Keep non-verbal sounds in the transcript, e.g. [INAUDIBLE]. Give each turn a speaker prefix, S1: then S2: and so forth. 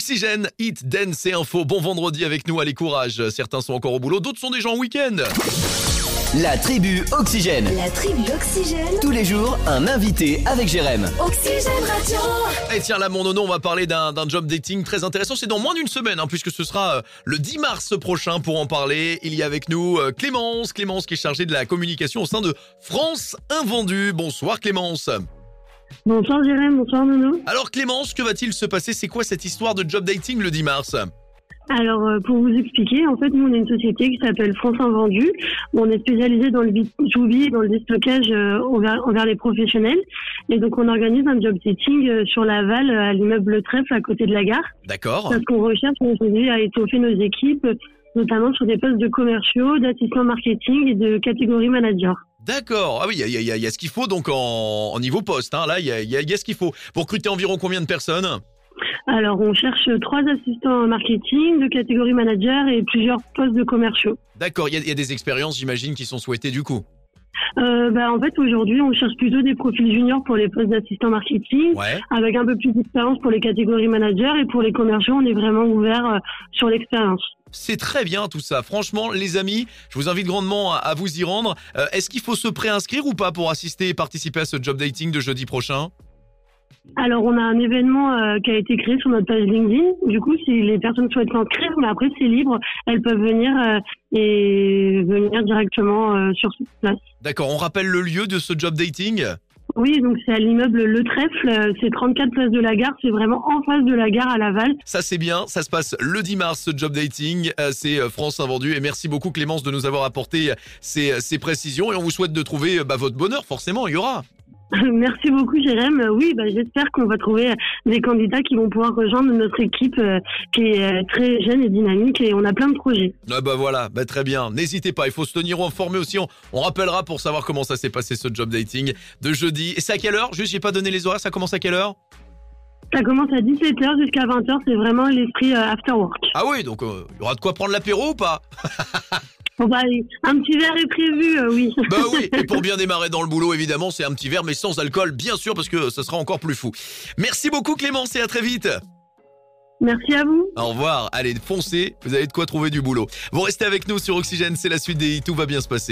S1: Oxygène, Hit, Dance et Info. Bon vendredi avec nous, allez courage. Certains sont encore au boulot, d'autres sont déjà en week-end.
S2: La tribu Oxygène.
S3: La tribu Oxygène,
S2: Tous les jours, un invité avec Jérém.
S3: Oxygène Radio.
S1: Et Eh, tiens, là, mon nono, on va parler d'un d'un job dating très intéressant. C'est dans moins d'une semaine, hein, puisque ce sera euh, le 10 mars prochain pour en parler. Il y a avec nous euh, Clémence, Clémence qui est chargée de la communication au sein de France Invendue. Bonsoir Clémence.
S4: Bonsoir Jérém, bonsoir Nono.
S1: Alors Clémence, que va-t-il se passer C'est quoi cette histoire de job dating le 10 mars
S4: Alors euh, pour vous expliquer, en fait nous on est une société qui s'appelle France Invendu. On est spécialisé dans le B2B, dans le déstockage euh, envers, envers les professionnels. Et donc on organise un job dating euh, sur Laval euh, à l'immeuble Trèfle à côté de la gare.
S1: D'accord
S4: Parce qu'on recherche aujourd'hui à étoffer nos équipes, notamment sur des postes de commerciaux, d'assistants marketing et de catégorie manager.
S1: D'accord. Ah oui, il y a- il y, a- il y a- il y a ce qu'il faut donc en, en niveau poste. hein. Là, il y a, il y a- il y a ce qu'il faut. Pour recruter environ combien de personnes
S4: Alors on cherche trois assistants marketing, deux catégories manager et plusieurs postes de commerciaux.
S1: D'accord, il y, a- il y a des expériences, j'imagine, qui sont souhaitées du coup.
S4: Euh, bah, en fait, aujourd'hui, on cherche plutôt des profils juniors pour les postes d'assistant marketing,
S1: Ouais.
S4: avec un peu plus d'expérience pour les catégories managers et pour les commerciaux, on est vraiment ouvert euh, sur l'expérience.
S1: C'est très bien tout ça. Franchement, les amis, je vous invite grandement à, à vous y rendre. Euh, Est-ce qu'il faut se préinscrire ou pas pour assister et participer à ce job dating de jeudi prochain
S4: Alors, on a un événement euh, qui a été créé sur notre page LinkedIn. Du coup, si les personnes souhaitent s'inscrire, mais après, c'est libre, elles peuvent venir euh, et venir directement euh, sur cette place.
S1: D'accord, on rappelle le lieu de ce job dating
S4: Oui, donc c'est à l'immeuble Le Trèfle, euh, c'est 34 places de la gare, c'est vraiment en face de la gare à Laval.
S1: Ça c'est bien, ça se passe le 10 mars ce job dating, Euh, c'est euh, France Invendue et merci beaucoup Clémence de nous avoir apporté ces, euh, ces précisions et on vous souhaite de trouver euh, bah, votre bonheur forcément, il y aura.
S4: [LAUGHS] Merci beaucoup, Jérém. Euh, Oui, bah, j'espère qu'on va trouver euh, des candidats qui vont pouvoir rejoindre notre équipe euh, qui est euh, très jeune et dynamique et on a plein de projets.
S1: Ah bah voilà, bah très bien. N'hésitez pas, il faut se tenir informé aussi. On, on rappellera pour savoir comment ça s'est passé ce job dating de jeudi. Et c'est à quelle heure Juste, j'ai pas donné les horaires. Ça commence à quelle heure
S4: Ça commence à 17h jusqu'à 20h, c'est vraiment l'esprit euh, after work.
S1: Ah oui, donc euh, il y aura de quoi prendre l'apéro ou pas
S4: Bon, bah, allez, un petit verre est prévu, euh, oui.
S1: Bah oui. Et pour bien démarrer dans le boulot, évidemment, c'est un petit verre, mais sans alcool, bien sûr, parce que ça sera encore plus fou. Merci beaucoup Clémence et à très vite.
S4: Merci à vous.
S1: Au revoir. Allez, foncez. Vous avez de quoi trouver du boulot. Vous restez avec nous sur Oxygène. C'est la suite des hits, Tout va bien se passer.